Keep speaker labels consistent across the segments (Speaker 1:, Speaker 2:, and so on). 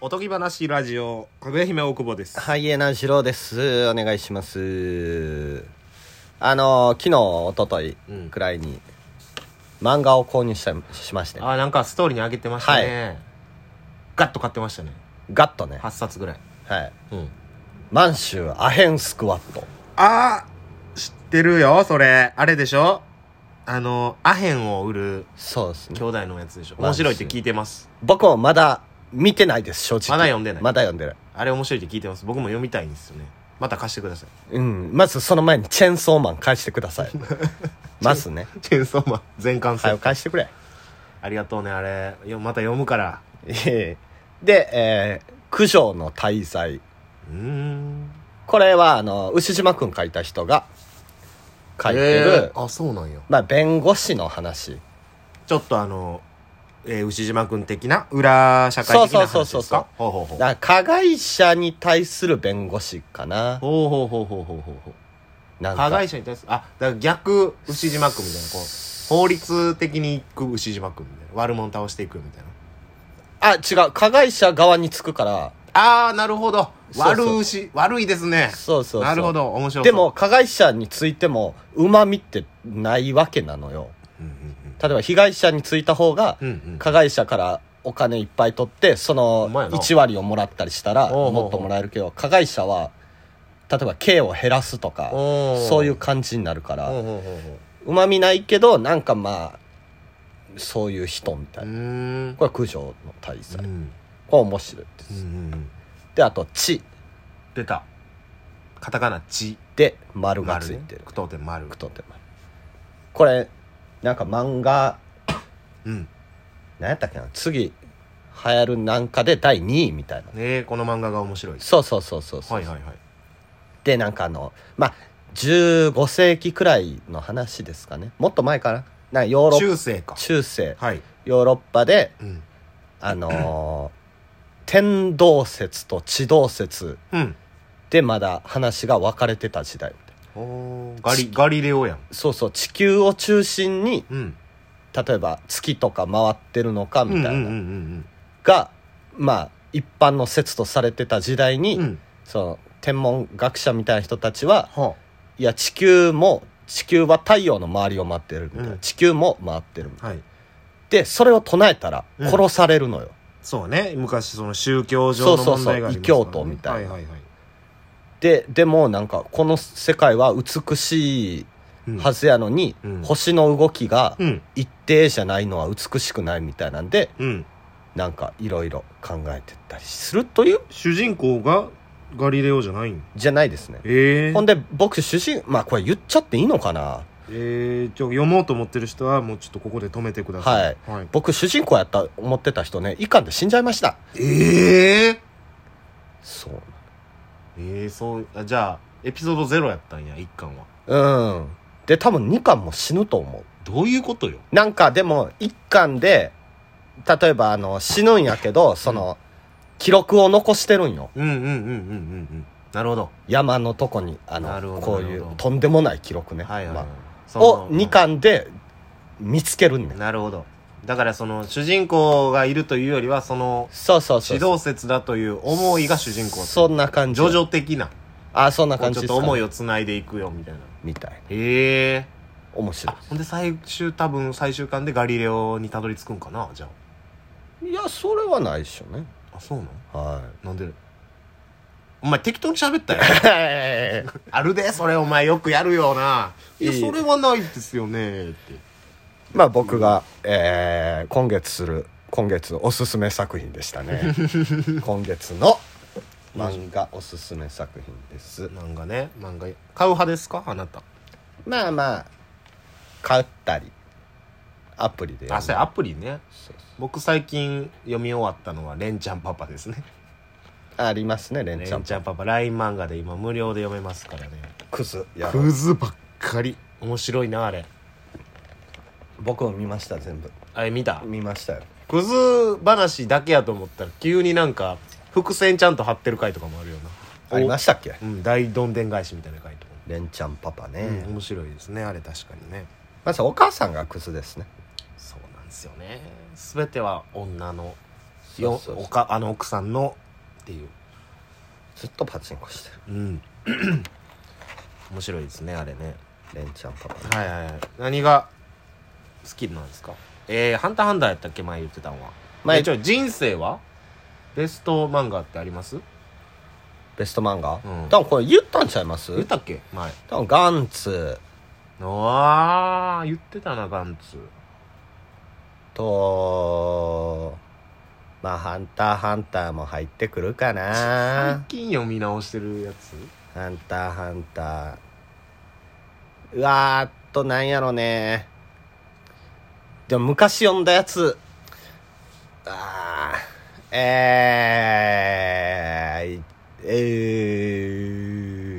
Speaker 1: おとぎ話ラジオかぐや姫大久保です
Speaker 2: ハイエナンシローです。お願いします。あの、昨日、一昨日
Speaker 1: うん
Speaker 2: くらいに、漫画を購入したしまして、
Speaker 1: あーなんかストーリーにあげてましたね、ガッと買ってましたね
Speaker 2: ガッとね、
Speaker 1: 8冊ぐらい
Speaker 2: はい。
Speaker 1: うん
Speaker 2: 満州アヘンスクワット。
Speaker 1: あー知ってるよそれあれでしょあのアヘンを売る
Speaker 2: そうですね
Speaker 1: 兄。弟のやつでしょ
Speaker 2: マ
Speaker 1: 面
Speaker 2: ジ
Speaker 1: 白いって聞いてます
Speaker 2: 僕もまだ見てないです、正直。
Speaker 1: まだ読んでない
Speaker 2: まだ読んでない。
Speaker 1: あれ面白いって聞いてます僕も読みたいんですよねまた貸してください
Speaker 2: うん。まずその前に、チェンソーマン返してく ださい。まずね。
Speaker 1: チェーンソーマン全巻セッ
Speaker 2: は
Speaker 1: ト
Speaker 2: い、返してくれ。
Speaker 1: ありがとうねあれよまた読むから
Speaker 2: ええで、えー、九条の滞在。
Speaker 1: うーん
Speaker 2: これは、あの、牛島くん書いた人が、書いてる、
Speaker 1: えーあそうなんや
Speaker 2: まあ、弁護士の話。
Speaker 1: ちょっとあの、えー牛島君的な裏社会的な話
Speaker 2: そうそ
Speaker 1: で
Speaker 2: うそう
Speaker 1: す
Speaker 2: そう
Speaker 1: かほうほうほう
Speaker 2: だから加害者に対する弁護士かな。
Speaker 1: ほうほうほうほうほうほうほう
Speaker 2: なんか
Speaker 1: 加害者に対するあだから逆牛島君みたいなこう法律的に行く牛島君みたいな悪者倒していくみたいな
Speaker 2: あ、違う。加害者側につくから、
Speaker 1: ああなるほど
Speaker 2: そうそ
Speaker 1: 悪
Speaker 2: う
Speaker 1: 牛悪いですね
Speaker 2: そうそうそう
Speaker 1: なるほど面白そう
Speaker 2: でも、加害者についても、旨味ってないわけなのよ。
Speaker 1: うん
Speaker 2: 例えば、被害者についた方が
Speaker 1: うんう、んうんうん
Speaker 2: 加害者からお金いっぱい取って、そ
Speaker 1: ほ
Speaker 2: の
Speaker 1: んまやな
Speaker 2: 1割をもらったりした
Speaker 1: お
Speaker 2: ら、
Speaker 1: うおうおう
Speaker 2: もっともらえるけど、加害者は、例えば、刑を減らすとか、
Speaker 1: おー
Speaker 2: そういう感じになる
Speaker 1: ほ
Speaker 2: か
Speaker 1: う
Speaker 2: ら、
Speaker 1: ほうほうほ
Speaker 2: うまみないけど、なんかまあ、そういう人みた
Speaker 1: うう
Speaker 2: いな。
Speaker 1: ーん
Speaker 2: これ、九条の大罪。
Speaker 1: うん
Speaker 2: これ面白いです
Speaker 1: うんう。んうん
Speaker 2: で、あと、地
Speaker 1: 出たカタカナ「ち」
Speaker 2: で丸が
Speaker 1: 丸
Speaker 2: つい
Speaker 1: ね
Speaker 2: てる。
Speaker 1: 句読点丸
Speaker 2: くとって丸これ、なんか漫画、
Speaker 1: うん
Speaker 2: なんやったっけな、次、流行るなんかで第2位みたいな。
Speaker 1: ねえこの漫画が面白い
Speaker 2: そうそうそうそうそう。
Speaker 1: はいはいはい
Speaker 2: で、なんかあの、まあ、15世紀くらいの話ですかね。もっと前かな。なんかヨーロッ
Speaker 1: 中世か
Speaker 2: パ、中世、
Speaker 1: はい、
Speaker 2: ヨーロッパで、
Speaker 1: うん
Speaker 2: あのー天動説と地動説
Speaker 1: うん、
Speaker 2: でまだ話が分かれてた時代みたいな
Speaker 1: おーガリガリレオやん
Speaker 2: そうそう地球を中心に
Speaker 1: うん
Speaker 2: 例えば月とか回ってるのかみたいな、
Speaker 1: うんうんうん
Speaker 2: がまあ一般の説とされてた時代に、
Speaker 1: うんうん
Speaker 2: その天文学者みたいな人たちは
Speaker 1: はい
Speaker 2: や地球も地球は太陽の周りを回ってるみたいな、
Speaker 1: うん
Speaker 2: 地球も回ってるみたい
Speaker 1: あはい
Speaker 2: なでそれを唱えたら
Speaker 1: うん
Speaker 2: 殺されるのよ、
Speaker 1: そうね昔その宗教上の問題がありますから、ね、
Speaker 2: そうそうそう異教徒みたいな
Speaker 1: はいはいはい
Speaker 2: ででもなんかこの世界は美しい
Speaker 1: うん
Speaker 2: はずやのに、
Speaker 1: うん
Speaker 2: 星の動きが
Speaker 1: うん
Speaker 2: 一定じゃないのは美しくないみたいなんで
Speaker 1: うん
Speaker 2: なんかいろいろ考えてったりするという
Speaker 1: 主人公がガリレオじゃないん
Speaker 2: じゃないですね
Speaker 1: ええ
Speaker 2: ほんで僕主人まあこれ言っちゃっていいのかな
Speaker 1: えー、ちょ読もうと思ってる人はもうちょっとここで止めてください、はい
Speaker 2: 僕主人公やった思ってた人ね一巻で死んじゃいました
Speaker 1: えー、
Speaker 2: そう
Speaker 1: えー、そうあじゃあエピソードゼロやったんや一巻は
Speaker 2: うんで多分2巻も死ぬと思う
Speaker 1: どういうことよ
Speaker 2: なんかでも1巻で例えばあの死ぬんやけどその、記録を残してるんよ
Speaker 1: うんうんうんうんうんうんなるほど
Speaker 2: 山のとこにあ
Speaker 1: なるほ
Speaker 2: の
Speaker 1: ど
Speaker 2: こうい
Speaker 1: なるほ
Speaker 2: う
Speaker 1: ど
Speaker 2: とんでもない記録ね、
Speaker 1: はいはい、
Speaker 2: ま
Speaker 1: はい
Speaker 2: あ
Speaker 1: その
Speaker 2: を2巻で見つけるんね
Speaker 1: なるほどだからその主人公がいるというよりはその
Speaker 2: そうそうそう
Speaker 1: 指導説だという思いが主人公
Speaker 2: そんな感じ
Speaker 1: 叙々的な
Speaker 2: あそんな
Speaker 1: こ
Speaker 2: 感
Speaker 1: うちょ
Speaker 2: じ
Speaker 1: っ
Speaker 2: です
Speaker 1: と
Speaker 2: かね
Speaker 1: 思いをつないでいくよみたいな
Speaker 2: みたいな
Speaker 1: へえ
Speaker 2: 面白い
Speaker 1: あほんで最終多分最終巻でガリレオにたどり着くんかなじゃ
Speaker 2: いやそれはないでしょうね
Speaker 1: ああそうなの
Speaker 2: は
Speaker 1: なんでお前適当に喋っ たよ
Speaker 2: い
Speaker 1: あるでそれお前よくやるよないや
Speaker 2: いい
Speaker 1: それはないですよねって
Speaker 2: まあ僕が、えー今月する今月おすすめ作品でした ね今月の漫画おすすめ作品です
Speaker 1: 漫画ね漫画買う派ですかあなた
Speaker 2: まあまあ買ったりアプリで
Speaker 1: あそれ
Speaker 2: ア
Speaker 1: アプリね僕最近読み終わったのは「レンちゃんパパ」ですね
Speaker 2: ありますねレン
Speaker 1: レ
Speaker 2: ちゃ
Speaker 1: ン
Speaker 2: ん
Speaker 1: ちゃんパパ LINE 漫画で今無料で読めますからね
Speaker 2: クズやろう
Speaker 1: クズばっかり面白いなあれ
Speaker 2: 僕も見ました全部
Speaker 1: あれ見た
Speaker 2: 見ましたよ
Speaker 1: クズ話だけやと思ったら急になんか伏線ちゃんと張ってる回とかもあるよな
Speaker 2: ありましたっけ
Speaker 1: うん大どんでん返しみたいな回とかも、
Speaker 2: レンちゃんパパね、
Speaker 1: うん面白いですねあれ確かにね
Speaker 2: まずお母さんがクズですね
Speaker 1: そうなんですよね全ては女のよ
Speaker 2: そうそうそう
Speaker 1: おかあの奥さんのっていう
Speaker 2: ずっとパチンコして
Speaker 1: うん 面白いですねあれね
Speaker 2: るレンちゃんパパ
Speaker 1: はいはいはい何が好きなんですかえー、ハンターハンターやったっけ前言ってたんは
Speaker 2: 前
Speaker 1: 前ちょ人生はベスト漫画ってあります
Speaker 2: ベスト漫画、
Speaker 1: うん
Speaker 2: 多分これ言ったんちゃいます
Speaker 1: 言ったっけ前
Speaker 2: 多分ガンツ
Speaker 1: ああ言ってたなガンツ
Speaker 2: とまあ「ハンターハンター」も入ってくるか
Speaker 1: 最
Speaker 2: な
Speaker 1: 近読み直してるやつ
Speaker 2: 「ハンターハンター」うわーっとなんやろねでも昔読んだやつあーえー、え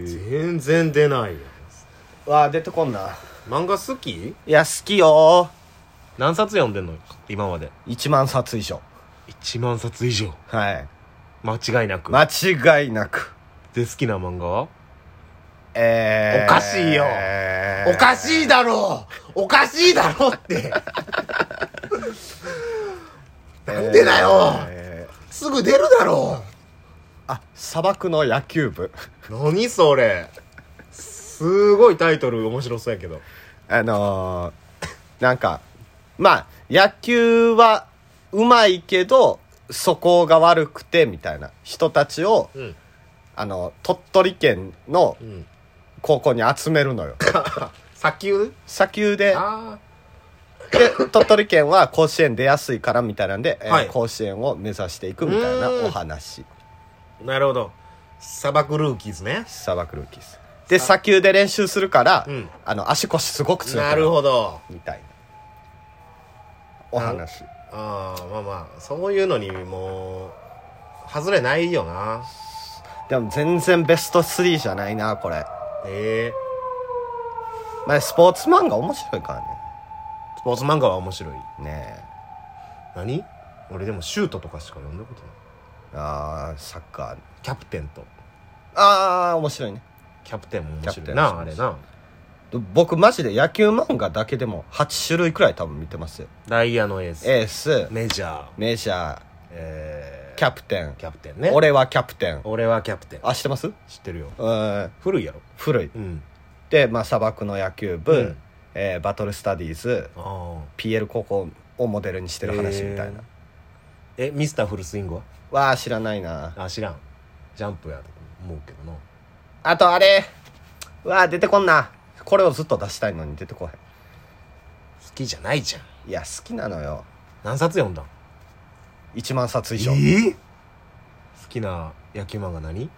Speaker 2: ー、
Speaker 1: 全然出ないやん
Speaker 2: うわー出てこんな
Speaker 1: 漫画好き
Speaker 2: いや好きよ
Speaker 1: 何冊読んでんの今まで
Speaker 2: 1万冊以上
Speaker 1: 1万冊以上
Speaker 2: はい
Speaker 1: 間違いなく、
Speaker 2: 間違いなく
Speaker 1: で好きな漫画は
Speaker 2: えー、
Speaker 1: おかしいよおかしいだろうおかしいだろう って。なんでだよ
Speaker 2: えー
Speaker 1: すぐ出るだろ
Speaker 2: あ砂漠の野球部
Speaker 1: う何それ。すごいタイトル面白そうやけど。
Speaker 2: あのー、なんかまあ野球はうまいけど素行が悪くてみたいな人たちを
Speaker 1: うん。
Speaker 2: あの鳥取県の
Speaker 1: うん。
Speaker 2: 高校に集めるのよ
Speaker 1: 砂丘
Speaker 2: 砂丘で
Speaker 1: あ
Speaker 2: で鳥取県は甲子園出やすいからみたいなんで、えー
Speaker 1: はい
Speaker 2: 甲子園を目指していくみたいな
Speaker 1: うん
Speaker 2: お話
Speaker 1: あ。なるほど。砂漠ルーキーズね。
Speaker 2: 砂漠ルーキーズで砂丘で練習するから、
Speaker 1: うん
Speaker 2: あの足腰すごく強く
Speaker 1: なるほど。
Speaker 2: みたいなお話
Speaker 1: ああ、まあまあ、そういうのにもう、外れないよな。
Speaker 2: でも全然ベスト3じゃないなこれ、
Speaker 1: ええ
Speaker 2: まあ、スポーツ漫画面白いから
Speaker 1: スポーツ漫画は面白い。
Speaker 2: ねね
Speaker 1: 何俺でもシュートとかしか読んだことない。
Speaker 2: えあーサッカー
Speaker 1: キャプテンと。
Speaker 2: ああ面白いね
Speaker 1: キャプテンも面
Speaker 2: キャプ
Speaker 1: 白
Speaker 2: テ
Speaker 1: い
Speaker 2: ン
Speaker 1: な、
Speaker 2: も
Speaker 1: あ
Speaker 2: 面
Speaker 1: れ
Speaker 2: 白い
Speaker 1: な。
Speaker 2: 僕マジで野球漫画だけでも8種類くらい多分見てますよ
Speaker 1: ダイヤのエース。
Speaker 2: エース
Speaker 1: メジャー。
Speaker 2: メジャー
Speaker 1: えー、
Speaker 2: キャプテン
Speaker 1: キャプテンね。。
Speaker 2: 俺はキャプテン
Speaker 1: 俺はキャプテン。
Speaker 2: あ知ってます
Speaker 1: 知ってるよ。
Speaker 2: うん
Speaker 1: 古いやろ。
Speaker 2: 古い
Speaker 1: うん。
Speaker 2: で、まあ、砂漠の野球部、
Speaker 1: うん
Speaker 2: えーバトルスタディーズ
Speaker 1: ああ。
Speaker 2: PL 高校をモデルにしてる話みたいな、
Speaker 1: え、ミスターフルスイングは
Speaker 2: わあ知らないな
Speaker 1: あ、知らん。ジャンプやと思うけどな。
Speaker 2: あとあれわあ出てこんなこれをずっと出したいのに出てこへ
Speaker 1: 好きじゃないじゃん。
Speaker 2: んいや好きなのよ
Speaker 1: 何冊読んだん
Speaker 2: 1万冊以上
Speaker 1: えー好きな野球漫画何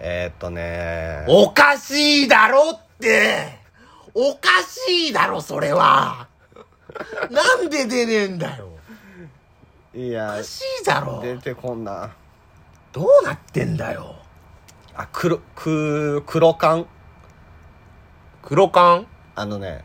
Speaker 2: えー、っとね
Speaker 1: おかしいだろっておかしいだろ、それはなんで出ねえんだよ
Speaker 2: い
Speaker 1: お
Speaker 2: や
Speaker 1: かしいだろ
Speaker 2: 出てこんな
Speaker 1: どうなってんだよ
Speaker 2: あ黒く黒缶
Speaker 1: 黒缶
Speaker 2: あのね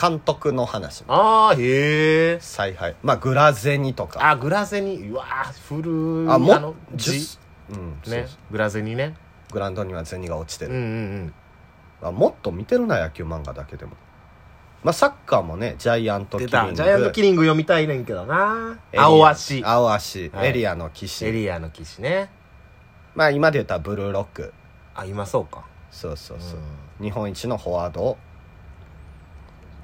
Speaker 2: 監督の話
Speaker 1: ああ、へえ。
Speaker 2: 采配まあグラゼニとか
Speaker 1: あ、グラゼニ、うわー古い。
Speaker 2: あも
Speaker 1: の
Speaker 2: う、
Speaker 1: じ
Speaker 2: 10、うんそう
Speaker 1: ね
Speaker 2: そう、
Speaker 1: グラゼニね。
Speaker 2: グラウンドには銭が落ちて
Speaker 1: うん
Speaker 2: る、
Speaker 1: うんうん。
Speaker 2: あもっと見てるな野球漫画だけでもまあサッカーもねジャイアント
Speaker 1: 出
Speaker 2: キリン
Speaker 1: た。
Speaker 2: グ
Speaker 1: ジャイアントキリング読みたいねんけどな。
Speaker 2: エリア
Speaker 1: 青足。
Speaker 2: 青足、
Speaker 1: はい
Speaker 2: エリアの騎士
Speaker 1: エリアの騎士ね。
Speaker 2: まあ今で言ったらブルーロック
Speaker 1: あ、今そうか。
Speaker 2: そうそうそう、
Speaker 1: う
Speaker 2: 日本一のフォワードを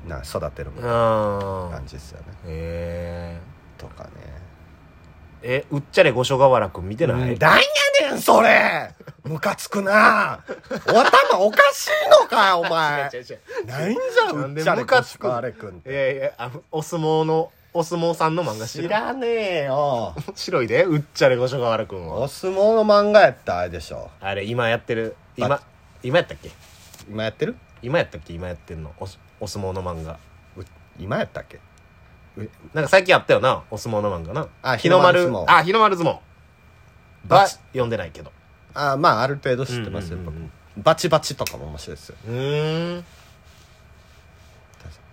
Speaker 2: な育てるみ
Speaker 1: う
Speaker 2: た
Speaker 1: ん。
Speaker 2: いな
Speaker 1: へ
Speaker 2: 感じですよね、
Speaker 1: え。
Speaker 2: とかね
Speaker 1: え、うっちゃれ五所川原くん見て
Speaker 2: な
Speaker 1: なんい
Speaker 2: やねんそれムカつくなお頭おかしいの かよお前
Speaker 1: 違う違う違う
Speaker 2: ないんじ
Speaker 1: な
Speaker 2: ゃ
Speaker 1: ん
Speaker 2: う
Speaker 1: で
Speaker 2: っちゃれ
Speaker 1: ムカつく
Speaker 2: コシカワレ君って
Speaker 1: いやいや、あの、お相撲の、お相撲さんの漫画知
Speaker 2: 知
Speaker 1: らん。
Speaker 2: らねえよ
Speaker 1: 白いで、うっちゃれ五所川原くん
Speaker 2: お
Speaker 1: は。
Speaker 2: 相撲の漫画やったらあれでしょ
Speaker 1: あれ、今やってる。
Speaker 2: バ
Speaker 1: 今
Speaker 2: ッ、
Speaker 1: 今やったっけ
Speaker 2: 今やってる
Speaker 1: 今やったっけ今やってんの。お、お相撲の漫画。
Speaker 2: う今やったっけ
Speaker 1: なんか最近あったよな、お相撲の漫画な。
Speaker 2: あ
Speaker 1: 日の丸
Speaker 2: 日の丸相撲
Speaker 1: あ、日の丸相撲。
Speaker 2: バ
Speaker 1: は
Speaker 2: チ
Speaker 1: 読んでないけど。
Speaker 2: あまあある程度知ってますよ、
Speaker 1: うんうんうん
Speaker 2: 僕バチバチとかも面白いですよ
Speaker 1: うーん。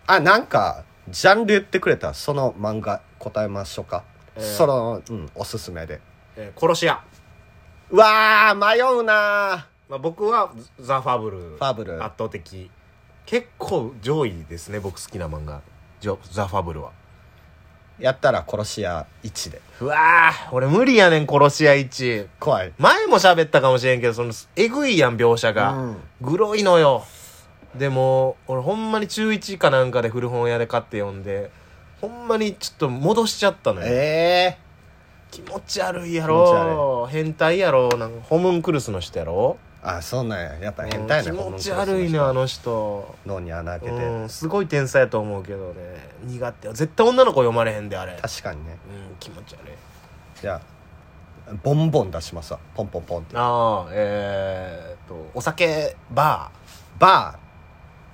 Speaker 2: あなんかジャンル言ってくれたらその漫画答えましょうか、
Speaker 1: えー
Speaker 2: その、うん、おすすめで
Speaker 1: えー殺し屋。
Speaker 2: うわー迷うな
Speaker 1: まあ、僕はザ・ファブル。フ
Speaker 2: ーファブル
Speaker 1: 圧倒的。結構上位ですね、僕好きな漫画。ジョザ・ファブルは。
Speaker 2: やったら殺し屋1で
Speaker 1: うわぁ、俺無理やねん、殺し屋一。
Speaker 2: 怖い
Speaker 1: 前も喋ったかもしれんけど、その、えぐいやん、描写が。
Speaker 2: うん
Speaker 1: グロいのよ。でも、俺ほんまに中1かなんかで古本屋で買って読んで、ほんまにちょっと戻しちゃったのよ。
Speaker 2: ええ
Speaker 1: 気持ち悪いや
Speaker 2: 気持ち
Speaker 1: ろ変態やろなんかホムンクルスの人やろ
Speaker 2: あそうなんややっぱ変態や
Speaker 1: うん
Speaker 2: な
Speaker 1: 気持ち悪いねあの人
Speaker 2: 脳に穴開けて、
Speaker 1: うんすごい天才やと思うけどね苦手絶対女の子読まれへんであれうん
Speaker 2: 確かにね
Speaker 1: 気持ち悪い
Speaker 2: じゃあボンボン出しますわポンポンポンって
Speaker 1: ああえー、っとお酒バ
Speaker 2: バ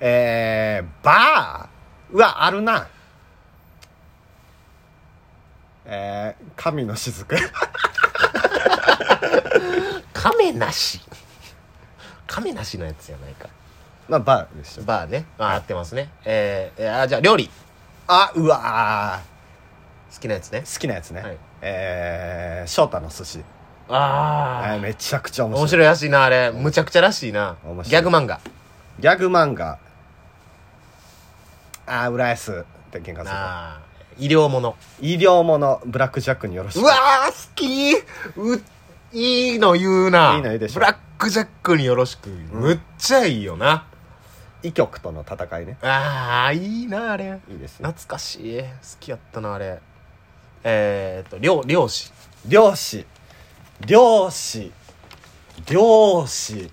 Speaker 2: ーえー、バーうわあるなえー、神の雫
Speaker 1: ー亀なし亀なしのやつじゃないか
Speaker 2: まあバーでしょ
Speaker 1: バーねあ合ってますねえー、えーあじゃあ料理
Speaker 2: あうわ
Speaker 1: 好きなやつね
Speaker 2: ー好きなやつね、
Speaker 1: はい
Speaker 2: えー、翔太の寿司え
Speaker 1: ああ
Speaker 2: ーめちゃくちゃ面白い
Speaker 1: 面白いらしいなあれむちゃくちゃらしいな
Speaker 2: 面白い
Speaker 1: ギャグ漫画
Speaker 2: ギャグ漫画あー浦安って喧嘩する
Speaker 1: ああ医療もの
Speaker 2: 医療ものブラックジャックによろしく
Speaker 1: うわー好きういいの言うない
Speaker 2: いの言うでし
Speaker 1: ブ
Speaker 2: ょ
Speaker 1: ラックジャックによろしく、むっちゃいいよな
Speaker 2: 医局との戦いね
Speaker 1: あーいいなあれ
Speaker 2: いいですね
Speaker 1: 懐かしい好きやったなあれえー、っと漁漁師
Speaker 2: 漁師漁師漁師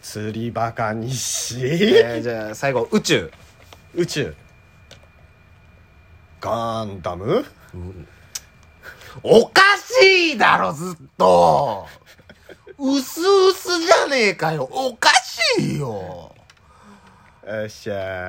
Speaker 2: 釣りバカにし、
Speaker 1: えー、じゃあ最後宇宙
Speaker 2: 宇宙ガンダム
Speaker 1: おかしいだろずっとうすうすじゃねえかよおかしいよ
Speaker 2: よっしゃー